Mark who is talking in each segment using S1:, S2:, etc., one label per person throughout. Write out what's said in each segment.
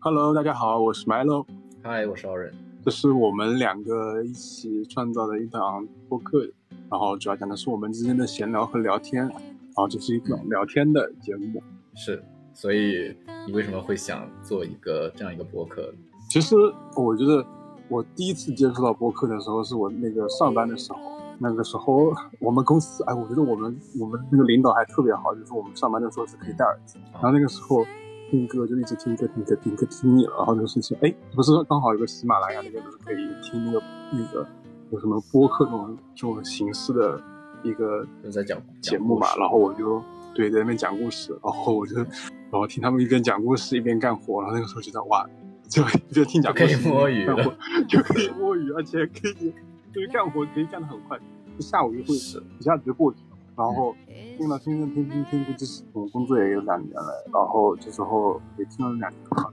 S1: Hello，大家好，我是 Milo，
S2: 嗨，我是傲人。
S1: 这是我们两个一起创造的一档播客，然后主要讲的是我们之间的闲聊和聊天，然后这是一种聊天的节目。
S2: 是，所以你为什么会想做一个这样一个播客？
S1: 其实我觉得我第一次接触到播客的时候，是我那个上班的时候。那个时候我们公司，哎，我觉得我们我们那个领导还特别好，就是我们上班的时候是可以戴耳机，然后那个时候听歌就一直听歌听歌听歌听腻了，然后就事情，哎，不是刚好有个喜马拉雅那边不是可以听那个那个有什么播客那种这种形式的一个
S2: 就在讲
S1: 节目嘛，然后我就对在那边讲故事，然后我就然后听他们一边讲故事一边干活，然后那个时候觉得哇，就 就听讲故
S2: 可以
S1: 事
S2: 摸鱼
S1: 干活
S2: 的，
S1: 就可以摸鱼，而且可以就是干活可以干得很快，就下午就会
S2: 是
S1: 一下子就过去了。然后听了听着听听听，估计是我工作也有两年了，然后这时候也听了两年了，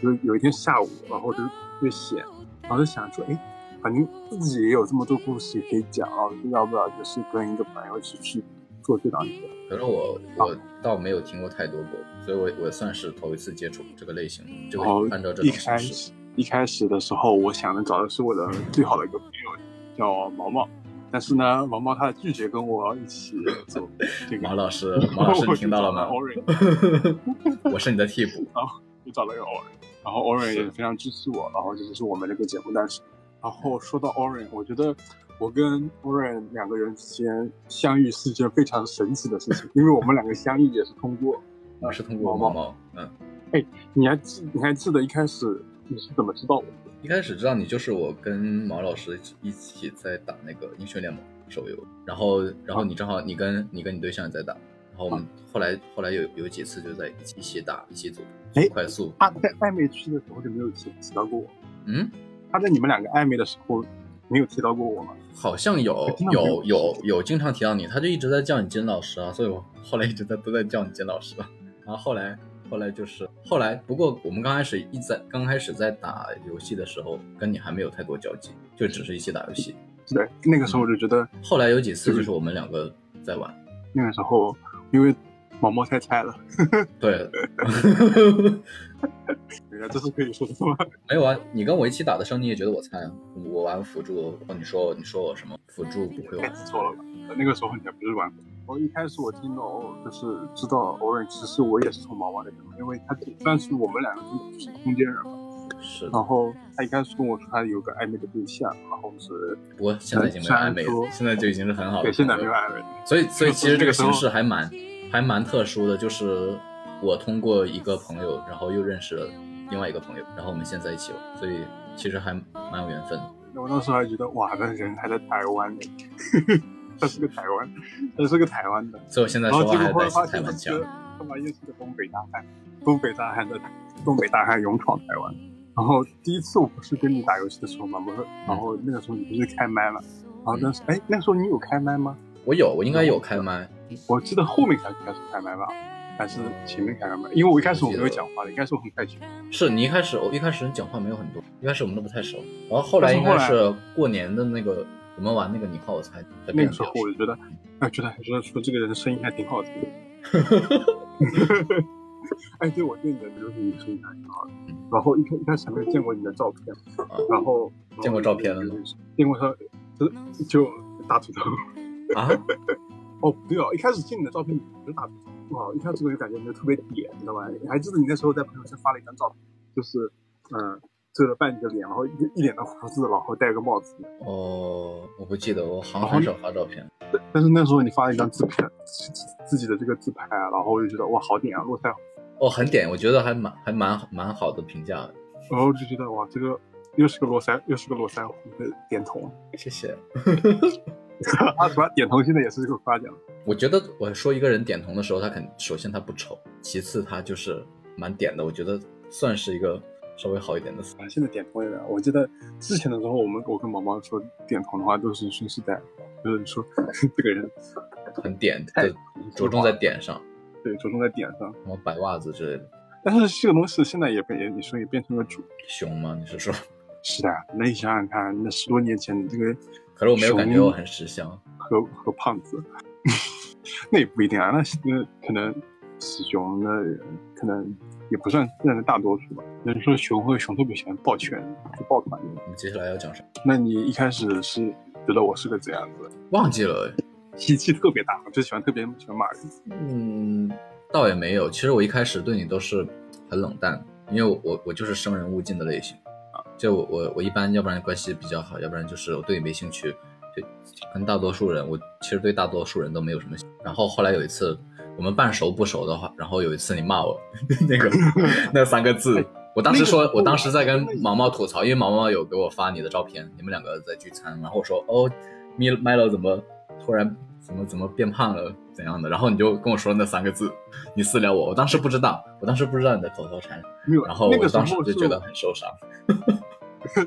S1: 就就有一天下午，然后就越写，然后就想说，哎，反正自己也有这么多故事可以讲啊，要不要就是跟一个朋友一起去做这档节目？
S2: 可能我我倒没有听过太多过，所以我我算是头一次接触这个类型，这个
S1: 然后
S2: 按照这
S1: 哦一
S2: 种
S1: 开
S2: 形式。
S1: 始一开始的时候，我想的找的是我的最好的一个朋友，叫毛毛。但是呢，毛毛他拒绝跟我一起 做这个。
S2: 马 老师，马老师，你听到了吗？
S1: 我就找 Orange，
S2: 我是你的替补。
S1: 就找了一个 Orange，然后 Orange
S2: 是
S1: 也非常支持我，然后这就是我们这个节目诞生。然后说到 Orange，我觉得我跟 Orange 两个人之间相遇是一件非常神奇的事情，因为我们两个相遇也是通过
S2: 我是通过
S1: 毛
S2: 毛
S1: 毛
S2: 毛，嗯，
S1: 你还记你还记得一开始你是怎么知道我的？
S2: 一开始知道你就是我跟毛老师一起在打那个英雄联盟手游，然后然后你正好你跟你跟你对象也在打，然后我
S1: 啊
S2: 们后来后来有有几次就在一起一起打一起组
S1: 哎
S2: 快速，
S1: 他在暧昧期的时候就没有提提到过我，
S2: 嗯，
S1: 他在你们两个暧昧的时候没有提到过我吗？
S2: 好像有
S1: 经常没有
S2: 有有有经常提到你，他就一直在叫你金老师啊，所以我后来一直在都在叫你金老师。啊 然后后来后来就是后来，不过我们刚开始一在刚开始在打游戏的时候，跟你还没有太多交集，就只是一起打游戏。
S1: 对，那个时候我就觉得，
S2: 后来有几次就是我们两个在玩，
S1: 那个时候因为毛毛太菜了，
S2: 对，
S1: 原来这是可以说的吗？
S2: 没有啊，你跟我一起打的时候，你也觉得我菜啊，我玩辅助，然后你说你说我什么辅助不会
S1: 太
S2: 玩，
S1: 执着了吧？那个时候你还不是玩。我一开始我听到就是知道 Orange，其实我也是从毛毛那边，因为他算是我们两个是中间人嘛。
S2: 是的
S1: 然，后他一开始跟我说他有个暧昧的对象，然后是
S2: 不过现在已经没有
S1: 虽然
S2: 暧昧
S1: 说
S2: 了，现在就已经是很好的朋友了。
S1: 对现在没有暧昧，
S2: 所以，所以其实这个形
S1: 就是
S2: 式还蛮还蛮特殊的，就是我通过一个朋友，然后又认识了另外一个朋友，然后我们现在一起玩，所以其实还蛮有缘分的。
S1: 那我当时还觉得哇，那人还在台湾呢， 他是个台湾，他是个台湾的。
S2: 所以我现在
S1: 然
S2: 说
S1: 后
S2: 话
S1: 结
S2: 还
S1: 果后
S2: 带
S1: 来发现
S2: 起台
S1: 他
S2: 湾
S1: 是
S2: 腔
S1: 个，他妈又是个东北大汉，东北大汉的东北大汉勇闯台湾。然后第一次我不是跟你打游戏的时候嘛，不是，
S2: 嗯
S1: 然后那个时候你不是开麦嘛，然后但是哎，那个时候你有开麦吗？
S2: 我有，我应该有开麦，
S1: 我记得后面才开始开麦吧，还是前面开麦？因为我一开始我没有讲话的，一开始我很害羞。
S2: 是你一开始我一开始讲话没有很多，一开始我们都不太熟，然后后来应该
S1: 但是
S2: 是过年的那个我们玩那个你好我猜，才
S1: 那
S2: 变
S1: 个
S2: 得
S1: 时候
S2: 比较
S1: 我就觉得，哎，觉得还是说这个人的声音还挺好听的。 哎，对，我对你的流行语声音还挺好的。然后一开一开始没有见过你的照片，
S2: 熟嗯啊
S1: 然后
S2: 见过照片了吗？
S1: 见过照，就就大土豆。
S2: 啊，
S1: 哦，不对哦，一开始见你的照片不是大土豆，哇，一开始我就感觉你就特别点，你知道吧？你还记得你那时候在朋友圈发了一张照片，就是嗯、呃遮了半个脸，然后一一脸的胡子，然后戴个帽子。
S2: 哦，我不记得，我好像很少发照片。
S1: 但是那时候你发了一张自拍，自自己的这个自拍，然后我就觉得哇，好点啊，络腮胡，
S2: 哦，很点，我觉得还蛮还蛮蛮好的评价，
S1: 然后就觉得哇，这个又是个络腮，又是个络腮胡的点头，
S2: 谢谢。
S1: 他主要点头现在也是这个夸奖。
S2: 我觉得我说一个人点头的时候，他肯首先他不丑，其次他就是蛮点的，我觉得算是一个稍微好一点的词。
S1: 啊，现在点头也没有。我记得之前的时候，我们我跟毛毛说点头的话，都是蓄势待发，就是说 这个人
S2: 很点，
S1: 太
S2: 就着重在点上，
S1: 对着重在点上。
S2: 什么白袜子之类的。
S1: 但是这个东西现在也被也你说也变成了主流
S2: 熊吗？你是说？
S1: 是的，那你想想看，那十多年前你这个
S2: 可是我没有感觉
S1: 熊
S2: 我很识相。
S1: 和和胖子， 那也不一定啊。那那可能喜熊的人可能也不算占了大多数吧。能说熊会熊特别喜欢抱拳，就抱团的。
S2: 我们接下来要讲什么？
S1: 那你一开始是觉得我是个怎样子的？
S2: 忘记了，
S1: 脾气特别大，我就喜欢特别喜欢骂人。
S2: 嗯，倒也没有。其实我一开始对你都是很冷淡，因为我我我就是生人勿近的类型啊。就我我我一般要不然关系比较好，要不然就是我对你没兴趣。就跟大多数人，我其实对大多数人都没有什么兴趣。然后后来有一次，我们半熟不熟的话，然后有一次你骂我 那个那三个字，我当时说，我当时在跟毛毛吐槽，因为毛毛有给我发你的照片，你们两个在聚餐，然后我说哦，米 Milo 怎么突然怎么怎么变胖了怎样的，然后你就跟我说那三个字，你私聊我，我当时不知道，我当时不知道你的口头禅，
S1: 没有，
S2: 然后
S1: 那个
S2: 我
S1: 时
S2: 当时
S1: 候
S2: 就是觉得很受伤。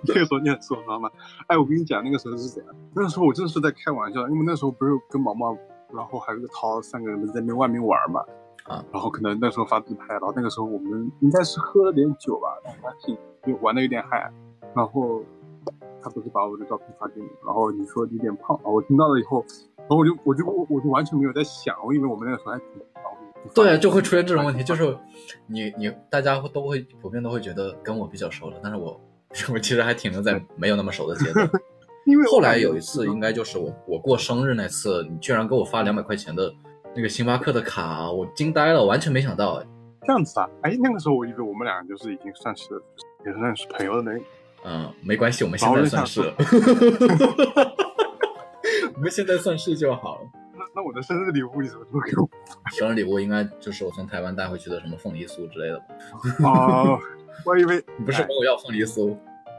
S1: 那个时候你很受伤吗？哎，我跟你讲，那个时候是怎样？那个时候我真的是在开玩笑，因为那时候不是跟毛毛，然后还有个涛三个人在那边外面玩嘛，
S2: 啊，
S1: 然后可能那时候发自拍，然后那个时候我们应该是喝了点酒吧，然后还挺就玩的有点嗨，然后他不是把我的照片发给你，然后你说你有点胖，然后我听到了以后，然后我就我就我我就完全没有在想，我以为我们那个时候还挺好的
S2: 对，就会出现这种问题，就是你你大家都会普遍都会觉得跟我比较熟了，但是我 我其实还停留在没有那么熟的阶段。
S1: 因为我嗯
S2: 后来
S1: 感觉
S2: 有一次，应该就是我我过生日那次，你居然给我发两百块钱的那个星巴克的卡，我惊呆了，完全没想到哎。
S1: 这样子啊，哎，那个时候我以为我们俩就是已经算是也算是朋友的那种。
S2: 嗯，没关系，我们现在算是， 我们现在算是就好了。
S1: 那那我的生日礼物你什么时候给我？
S2: 生日礼物应该就是我从台湾带回去的什么凤梨酥之类的吧？
S1: 哦，我以为
S2: 你不是
S1: 哎
S2: 跟我要凤梨酥，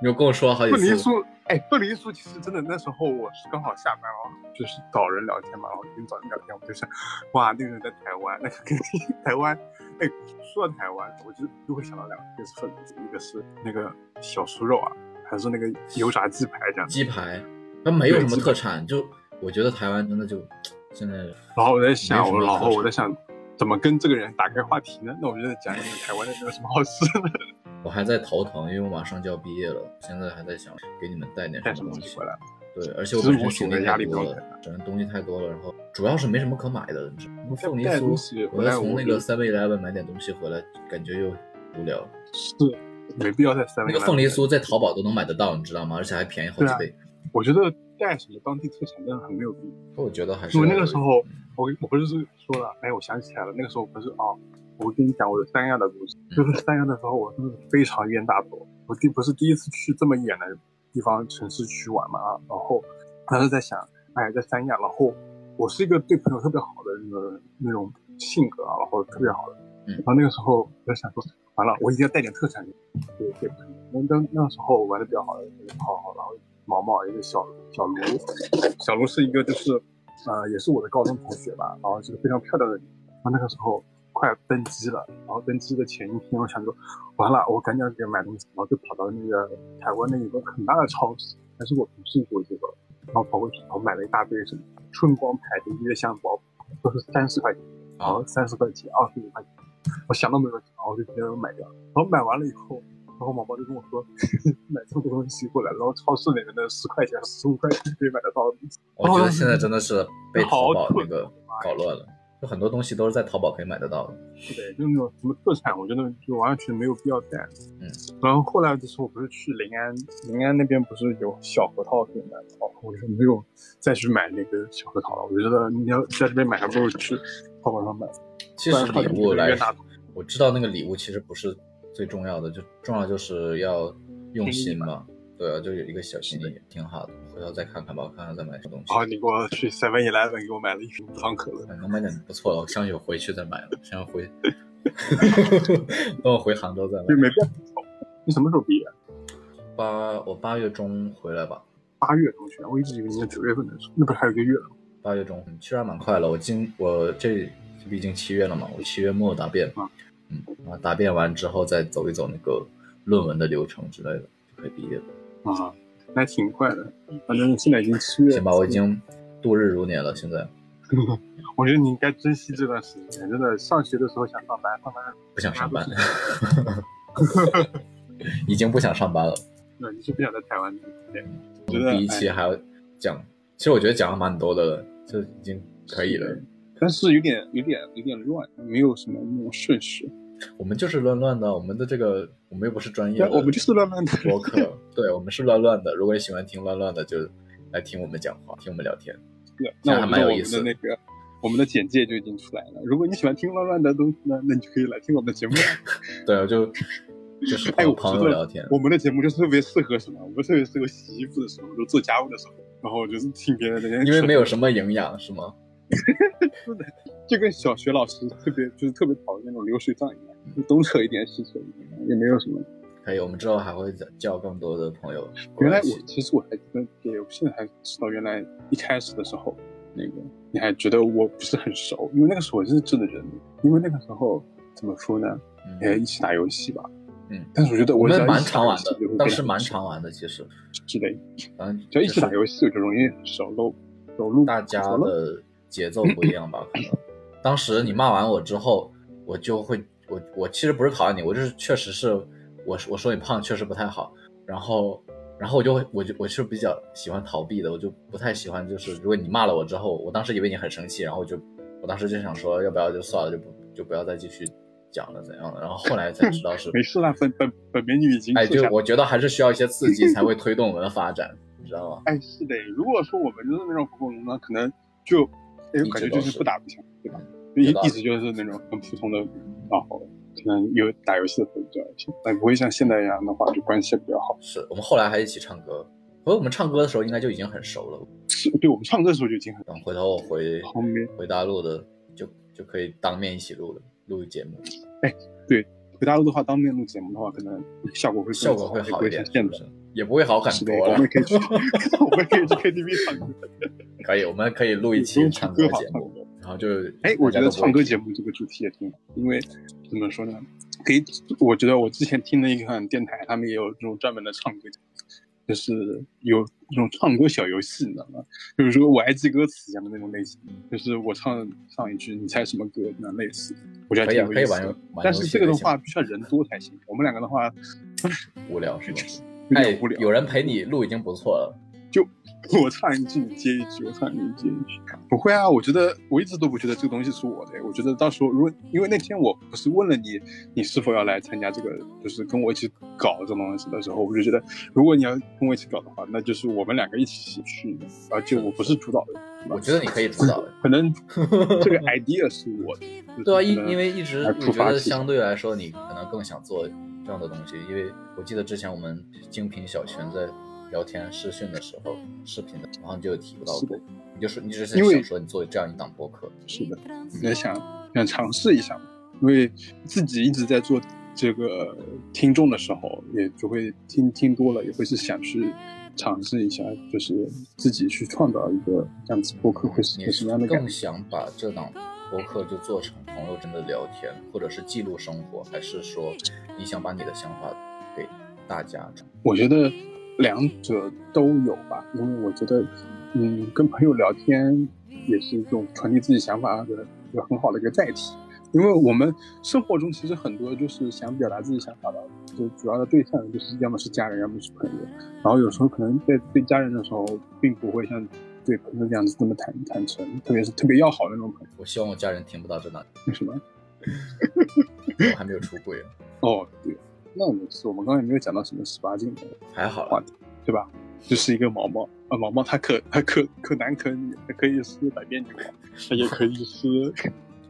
S2: 你又跟我说了好几
S1: 凤
S2: 次。
S1: 梨酥，哎，凤梨酥其实真的那时候我是刚好下班了，就是找人聊天嘛，然后跟找人聊天，我就想，哇，那个人在台湾，那个肯定台湾，哎，说到台湾，我就就会想到两个，一个是凤梨酥，一个是那个小酥肉啊，还是那个油炸鸡排这样子。
S2: 鸡排，它没有什么特产，就我觉得台湾真的就现在
S1: 然后我在想，
S2: 没什
S1: 我
S2: 么
S1: 然
S2: 特
S1: 后我
S2: 产
S1: 在想，怎么跟这个人打开话题呢？那我就在讲一个台湾那边有什么好吃的，
S2: 我还在头疼，因为我马上就要毕业了，现在还在想给你们带点
S1: 带
S2: 什
S1: 什
S2: 么
S1: 么
S2: 东
S1: 东
S2: 西
S1: 西回。来。
S2: 对，而且我
S1: 其实
S2: 本身
S1: 我
S2: 行
S1: 暑
S2: 李
S1: 假压
S2: 太
S1: 力比
S2: 多
S1: 较
S2: 了，整个东西太多了，然后主要是没什么可买的，你知道吗？凤梨
S1: 带东西
S2: 酥，
S1: 回
S2: 我
S1: 来
S2: 要从
S1: 我
S2: 那
S1: 就
S2: 个 Seven Eleven 买点东西回来，感觉又无聊。
S1: 是没必要在三
S2: 那个凤梨酥在淘宝都能买得到，你知道吗？而且还便宜
S1: 啊
S2: 好几倍。
S1: 我觉得带什么当地特产真的很没有必要。
S2: 所以我觉得还是
S1: 因为
S2: 要
S1: 那个
S2: 有
S1: 时候，我我不是说了，哎，我想起来了，那个时候不是啊，我跟你讲我的三亚的故事，
S2: 嗯
S1: 就是三亚的时候，我真的非常冤大头。我第不是第一次去这么远的地方城市去玩嘛啊，然后当时在想，哎，在三亚，然后我是一个对朋友特别好的那个那种性格啊，然后特别好的，
S2: 嗯
S1: 然后那个时候我就想说，完了，我一定要带点特产给给朋友。那那那时候我玩的比较好的就是浩浩，然后毛毛一个小小卢，小卢是一个就是呃也是我的高中同学吧，然后是个非常漂亮的女生。然后那个时候快登机了，然后登机的前一天，我想说完了，我赶紧要给买东西，然后就跑到那个台湾那有个很大的超市，还是我同事做这个，然后跑过去，然后买了一大堆什么春光牌的月香包，都是三十块钱，然后三十块钱、二十五块钱，我想都没有想，然后就直接买掉了。然后买完了以后，然后毛毛就跟我说 买这么多东西过来，然后超市里面的十块钱、十五块钱可以买得到的东西，
S2: 我觉得现 在真的是被淘宝
S1: 好
S2: 那个搞乱了，就很多东西都是在淘宝可以买得到的。
S1: 对，就那种什么特产，我觉得就完全没有必要带。
S2: 嗯，
S1: 然后后来就是我不是去临安，临安那边不是有小核桃可以买哦，我就没有再去买那个小核桃了。我觉得你要在这边买，还不如去淘宝上买。
S2: 其
S1: 不
S2: 实
S1: 然靠
S2: 礼
S1: 近
S2: 物
S1: 这个
S2: 来
S1: 越大
S2: 我知道那个礼物其实不是最重要的，就重要就是要用心嘛。对啊，就有一个小心意，挺好的。回头再看看吧，我看看再买什么东西
S1: 然。
S2: 哎
S1: 后啊你给我去 Seven Eleven 给我买了一瓶无糖可乐，
S2: 嗯能买点不错的，我相信我回去再买了，想要回，等我回杭州再
S1: 就
S2: 买。
S1: 没必要。你什么时候毕业？
S2: 八我八月中回来吧，
S1: 八月中旬，我一直以为你是九月份的时候，那不是还有一个月了吗？
S2: 八月中，嗯其实还蛮快了。我今我这这不已经七月了嘛，我七月末答辩
S1: 啊，
S2: 嗯，然后答辩完之后再走一走那个论文的流程之类的，就可以毕业了。
S1: 啊，那还挺快的。反正现在已经七月，
S2: 行吧，我已。经度日如年了，现在。
S1: 我觉得你应该珍惜这段时间，真的。上学的时候想上班，上班
S2: 不想 上班，已经不想上班了。
S1: 对，你是不想在台湾的。对，
S2: 我
S1: 觉
S2: 们
S1: 得哎
S2: 第一期还要讲，其实我觉得讲了蛮多的了，就已经可以了。
S1: 但是有点、有点、有点乱，没有什么那种顺序。
S2: 我们就是乱乱的，我们的这个我们又不是专业
S1: 对
S2: 的，
S1: 我们就是乱乱的
S2: 播客，对我们是乱乱的。如果你喜欢听乱乱的，就来听我们讲话，听我们聊天。
S1: 那
S2: 那还
S1: 我
S2: 蛮
S1: 们
S2: 有
S1: 我
S2: 意
S1: 们
S2: 思
S1: 的那个我们的简介就已经出来了。如果你喜欢听乱乱的东西呢，那你就可以来听我们的节 目。
S2: 对，我就就是
S1: 哎
S2: 朋友
S1: 我
S2: 朋
S1: 知
S2: 友
S1: 道
S2: 聊天。
S1: 我们的节目就是特别适合什么？我们特别适合洗衣服的时候，就做家务的时候，然后就是听别人的那些，
S2: 因为没有什么营养，是吗？
S1: 就跟小学老师特别就是特别讨厌那种流水账一样，就东扯一点西扯一点，也没有什么。
S2: 可以，我们之后还会再叫更多的朋友过
S1: 原来
S2: 来一
S1: 我
S2: 起。
S1: 其实我还真的也现在还知道，原来一开始的时候，那个你还觉得我不是很熟，因为那个时候我认真的人，因为那个时候怎么说呢？哎，
S2: 嗯
S1: 一起打游戏吧。
S2: 嗯，
S1: 但是我觉得
S2: 我
S1: 我只要
S2: 们
S1: 一
S2: 蛮
S1: 起打
S2: 常
S1: 游
S2: 玩
S1: 戏
S2: 的
S1: 就会，
S2: 当
S1: 变得
S2: 时蛮
S1: 很熟
S2: 常玩的，其实，
S1: 之类的，
S2: 嗯，
S1: 只要一起
S2: 就
S1: 打
S2: 是
S1: 游戏我就容易很熟喽，走路
S2: 大家
S1: 熟了
S2: 的节奏不一样吧？可能当时你骂完我之后，我就会，我我其实不是讨厌你，我就是确实是我我说你胖确实不太好，然后然后我就会我就我是比较喜欢逃避的，我就不太喜欢就是如果你骂了我之后，我当时以为你很生气，然后就我当时就想说要不要就算了，就不就不要再继续讲了怎样的，然后后来才知道是
S1: 没事啦，本本本美女已经
S2: 哎，
S1: 坐
S2: 就
S1: 下
S2: 我觉得还是需要一些刺激才会推动我们的发展，你知道吗？
S1: 哎，是的。如果说我们就是那种普普通通，可能就哎
S2: 一直
S1: 感觉
S2: 都
S1: 就是是不打不响，对吧？
S2: 嗯
S1: 一
S2: 知道
S1: 一直就是那种很普通的，然后可能有打游戏的朋友就行，但不会像现在一样的话，就关系比较好。
S2: 是我们后来还一起唱歌，不过我们唱歌的时候应该就已经很熟了。
S1: 是对我们唱歌的时候就已经很
S2: 等回头我回
S1: 后面
S2: 回大陆的就就可以当面一起录了，录节目，
S1: 回大陆的话，当面录节目的话，可能效果会更
S2: 效果会
S1: 也不
S2: 好一
S1: 会
S2: 点
S1: 像，
S2: 是
S1: 现
S2: 不
S1: 在
S2: 是？也不会好很
S1: 是的，
S2: 多
S1: 我
S2: 了
S1: 们。可以去， 我们可 以去 KTV 唱歌，
S2: 可以，我们可以录一期
S1: 用
S2: 唱歌
S1: 歌好
S2: 节
S1: 唱
S2: 目，
S1: 歌。
S2: 然后就
S1: 哎，我觉得唱歌节
S2: 目
S1: 目这个主题也挺好，因为怎么说呢，给我觉得我之前听了一款电台，他们也有这种专门的唱歌节目，就是有那种唱歌小游戏，你知道吗？就是说我爱记歌词一样的那种类型，就是我唱上一句，你猜什么歌，那类似，我觉得
S2: 可
S1: 还挺
S2: 以啊
S1: 有
S2: 可以
S1: 意思
S2: 玩
S1: 的。
S2: 玩
S1: 但
S2: 游
S1: 是
S2: 戏
S1: 这个的
S2: 类型
S1: 话，必须要人多才行。我们两个的话
S2: 无聊是吗？
S1: 有
S2: 哎
S1: 点无，聊，
S2: 有人陪你录已经不错了。
S1: 我唱一句你接一句，我唱一句你接一句。不会啊，我觉得我一直都不觉得这个东西是我的。我觉得到时候如果因为那天我不是问了你，你是否要来参加这个，就是跟我一起搞这种东西的时候，我就觉得如果你要跟我一起搞的话，那就是我们两个一起去，而且我不是主导的，
S2: 我觉得你可以主导的，
S1: 可能这 个 idea 是我的。就是
S2: 对啊，
S1: 可
S2: 因
S1: 能
S2: 因为一直
S1: 还
S2: 我
S1: 突
S2: 觉
S1: 发
S2: 得
S1: 奇想
S2: 相对来说，你可能更想做这样的东西，因为我记得之前我们精品小群在聊天视讯的时候，视频的，然后你就有提到
S1: 是
S2: 过
S1: 的，
S2: 你就说你只是
S1: 因为
S2: 想说你做这样一档播客，
S1: 是 的，也想想尝试一下，因为自己一直在做这个听众的时候，也就会听听多了，也会是想去尝试一下，就是自己去创造一个这样子播客会是
S2: 你
S1: 一个什么样的感
S2: 更
S1: 觉。
S2: 想把这档播客就做成朋友真的聊天，或者是记录生活，还是说你想把你的想法给大家？
S1: 我觉得两者都有吧，因为我觉得，嗯，跟朋友聊天也是一种传递自己想法的一个很好的一个载体。因为我们生活中其实很多就是想表达自己想法的，就主要的对象就是要么是家人，要么是朋友。然后有时候可能在对家人的时候，并不会像对朋友这样子这么坦坦诚，特别是特别要好的那种朋友。
S2: 我希望我家人听不到这档，
S1: 为什么？
S2: 我还没有出柜，
S1: 哦，对，那我们是我们刚才没有讲到什么十八禁的。
S2: 还好啦
S1: 话题，对吧？就是一个毛毛啊，毛毛它可 它可可男可女，它可以是百变女王，它也可以是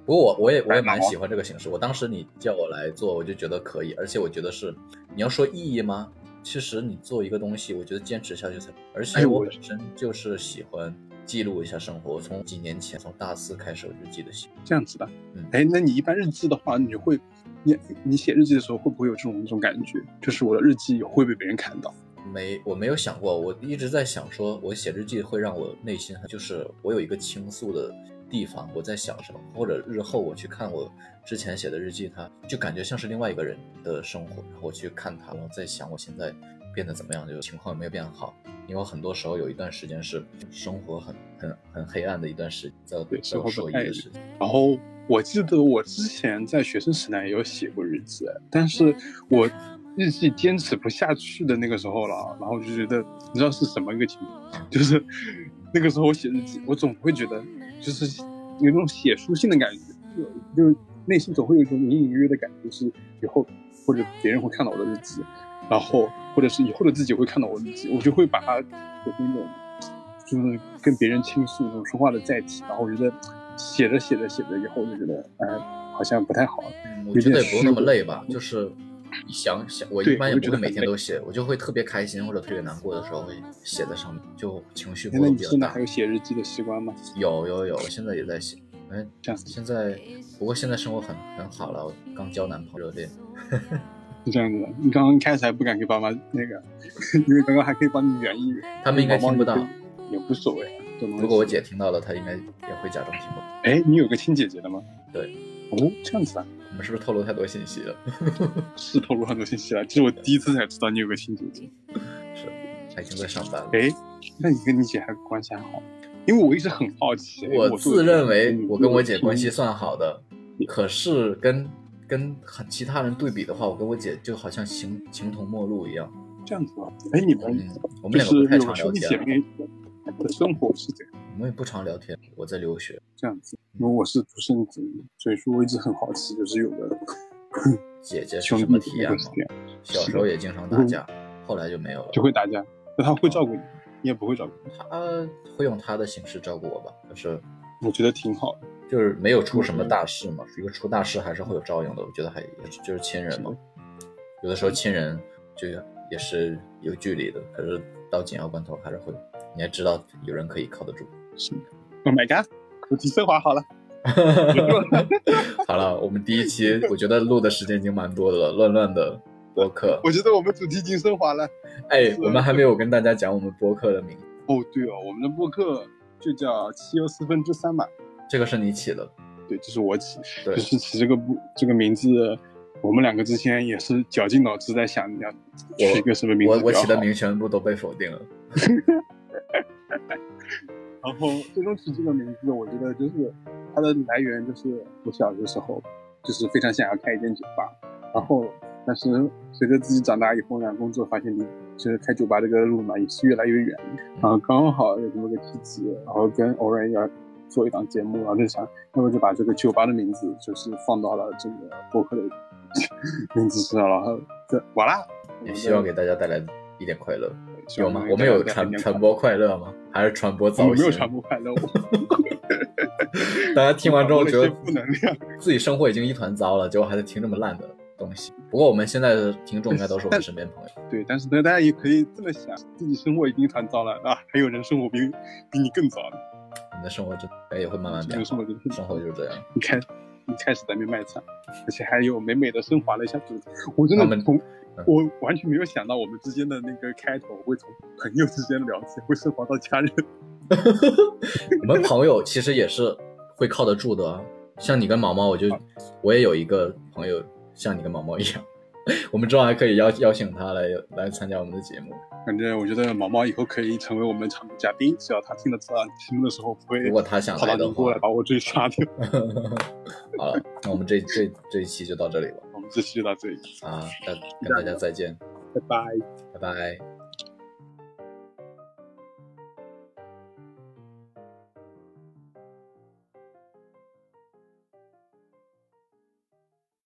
S2: 不过我我也我也
S1: 白
S2: 蛮
S1: 毛
S2: 喜欢这个形式。我当时你叫我来做，我就觉得可以，而且我觉得是你要说意义吗？其实你做一个东西，我觉得坚持下去才。而且
S1: 哎
S2: 我
S1: 我
S2: 本身就是喜欢记录一下生活，从几年前从大四开始我就记得写。
S1: 这样子的
S2: 嗯。
S1: 哎，那你一般日记的话，你会你你写日记的时候会不会有这种一种感觉，就是我的日记会被别人看到？
S2: 没，我没有想过，我一直在想说，我写日记会让我内心很，就是我有一个倾诉的地方，我在想什么，或者日后我去看我之前写的日记，它就感觉像是另外一个人的生活，然后我去看它，然后再想我现在变得怎么样，就情况有没有变好，因为我很多时候有一段时间是生活很很很黑暗的一段时间，在我
S1: 对
S2: 在
S1: 生
S2: 我
S1: 活
S2: 说
S1: 不
S2: 一
S1: 太
S2: 的事情，
S1: 然后我记得我之前在学生时代也有写过日记，但是我日记坚持不下去的那个时候了，然后就觉得你知道是什么一个情况，就是那个时候我写日记，我总会觉得就是有一种写书信的感觉，就就内心总会有一种隐隐约约的感觉，是以后或者别人会看到我的日记，然后或者是以后的自己会看到我的日记，我就会把它就是那种就是跟别人倾诉那种说话的载体，然后我觉得写着写着写着以后就觉得，哎，好像不太好，
S2: 嗯，我觉得也不用那么累吧，就是想想，我一
S1: 对
S2: 般也
S1: 我就
S2: 不
S1: 觉得
S2: 会每
S1: 很
S2: 天都写，我就会特别开心或者特别难过的时候会写在上面，就情绪波
S1: 哎那
S2: 动
S1: 你
S2: 比较
S1: 现在
S2: 大
S1: 还。有写日记的习惯吗？
S2: 有有有，现在也在写。哎，
S1: 这样子
S2: 现在不过现在生活很很好了，我刚交男朋友热恋。
S1: 是这样子的。你刚刚一开始还不敢给爸妈那个， 因为刚刚还可以帮你圆一圆。
S2: 他们应该
S1: 毛毛
S2: 听不
S1: 你可以
S2: 到，
S1: 也无所谓。这种东西
S2: 如果我姐，听到了，她应该也会假装听不到。
S1: 哎，你有个亲姐姐的吗？
S2: 对。
S1: 哦，这样子啊，
S2: 我们是不是透露太多信息了？
S1: 是透露很多信息了。这是我第一次才知道你有个亲姐姐。
S2: 是，她已经在上班了。
S1: 哎，那你跟你姐还关系还好？因为我一直很好奇。
S2: 我自认为我跟我姐关系
S1: 是
S2: 算好的，可是跟跟很其他人对比的话，我跟我姐就好像形形同陌路一样。
S1: 这样子啊。哎，你
S2: 嗯
S1: 们，
S2: 我们
S1: 就
S2: 两
S1: 是
S2: 个不太
S1: 有
S2: 常
S1: 兄
S2: 聊
S1: 弟姐
S2: 天，啊
S1: 妹的生活是这样。
S2: 我们也不常聊天。我在留学，
S1: 这样子，
S2: 嗯
S1: 因为我是独生子女，所以说我一直很好奇，就是有的
S2: 姐姐是
S1: 兄
S2: 什
S1: 弟
S2: 么
S1: 姐
S2: 体
S1: 妹
S2: 验
S1: 会是
S2: 吗
S1: 这？样，
S2: 小时候也经常打架，后来就没有了。
S1: 就会打架，那他会照顾你，你也不会照顾
S2: 她会用她的形式照顾我吧，可是
S1: 你，我觉得挺好的。
S2: 就是没有出什
S1: 嗯
S2: 么大事嘛，一个出大事还是会有照应的。我觉得还就是亲人嘛，有的时候亲人就也是有距离的，可是到紧要关头还是会，你还知道有人可以靠得住。
S1: 是的，Oh my god，主题升华好了，
S2: 好了，我们第一期我觉得录的时间已经蛮多的了，乱乱的播客。
S1: 我觉得我们主题已经升华了。
S2: 哎，我们还没有跟大家讲我们播客的名字，
S1: 哦，对哦，我们的播客就叫七又四分之三吧，
S2: 这个是你起的，
S1: 对，这是我起，
S2: 对
S1: 就，是起这个不这个名字，我们两个之前也是绞尽脑汁在想要取一个什么名字
S2: 我我
S1: 比较
S2: 起的
S1: 好
S2: 名全部都被否定了。
S1: 然后最终取这个名字，我觉得就是它的来源就是我小的时候就是非常想要开一间酒吧，然后但是随着自己长大以后呢，工作发现离就是开酒吧这个路嘛也是越来越远，然后刚好有这么个契机，然后跟偶然要做一档节目，然后就想，那么就把这个酒吧的名字就是放到了这个博客的名字上，然后这完啦。
S2: 也希
S1: 嗯
S2: 望给大家带来一点快乐，有吗？我
S1: 们
S2: 们有传传播快乐吗？还是传播
S1: 我
S2: 糟
S1: 哦们没
S2: 心
S1: 有？传播快乐，
S2: 大家听完之后觉
S1: 传播了一些负
S2: 得
S1: 能量。
S2: 自己生活已经一团糟了，结果还在听这么烂的东西。不过我们现在的听众应该都是我们身边朋友，
S1: 对，但是呢，大家也可以这么想，自己生活已经很糟了啊，还有人生活比比你更糟了，
S2: 我们的生活真哎也会慢慢
S1: 这
S2: 变
S1: 个生
S2: 好
S1: 活。真是
S2: 生活就是这样。
S1: 你看，你开始在那边卖惨，而且还有美美的升华了一下主题，我真
S2: 他们
S1: 的从
S2: 嗯
S1: 我完全没有想到我们之间的那个开头会从朋友之间的聊天会升华到家人，
S2: 我们朋友其实也是会靠得住的啊、像你跟毛毛，我就我也有一个朋友像你跟毛毛一样， 我们之后还可以邀邀请他来来参加我们的节目。
S1: 反正我觉得毛毛以后可以成为我们常驻嘉宾，只要他听得到节目的时候不会
S2: 如果他想
S1: 跑
S2: 来
S1: 到
S2: 的
S1: 你
S2: 话
S1: 过来，把我追杀掉。
S2: 好了，那我们这这这一期就到这里了
S1: 我们这期就到这里，
S2: 啊，那跟大家再见，
S1: 拜拜。
S2: 拜拜。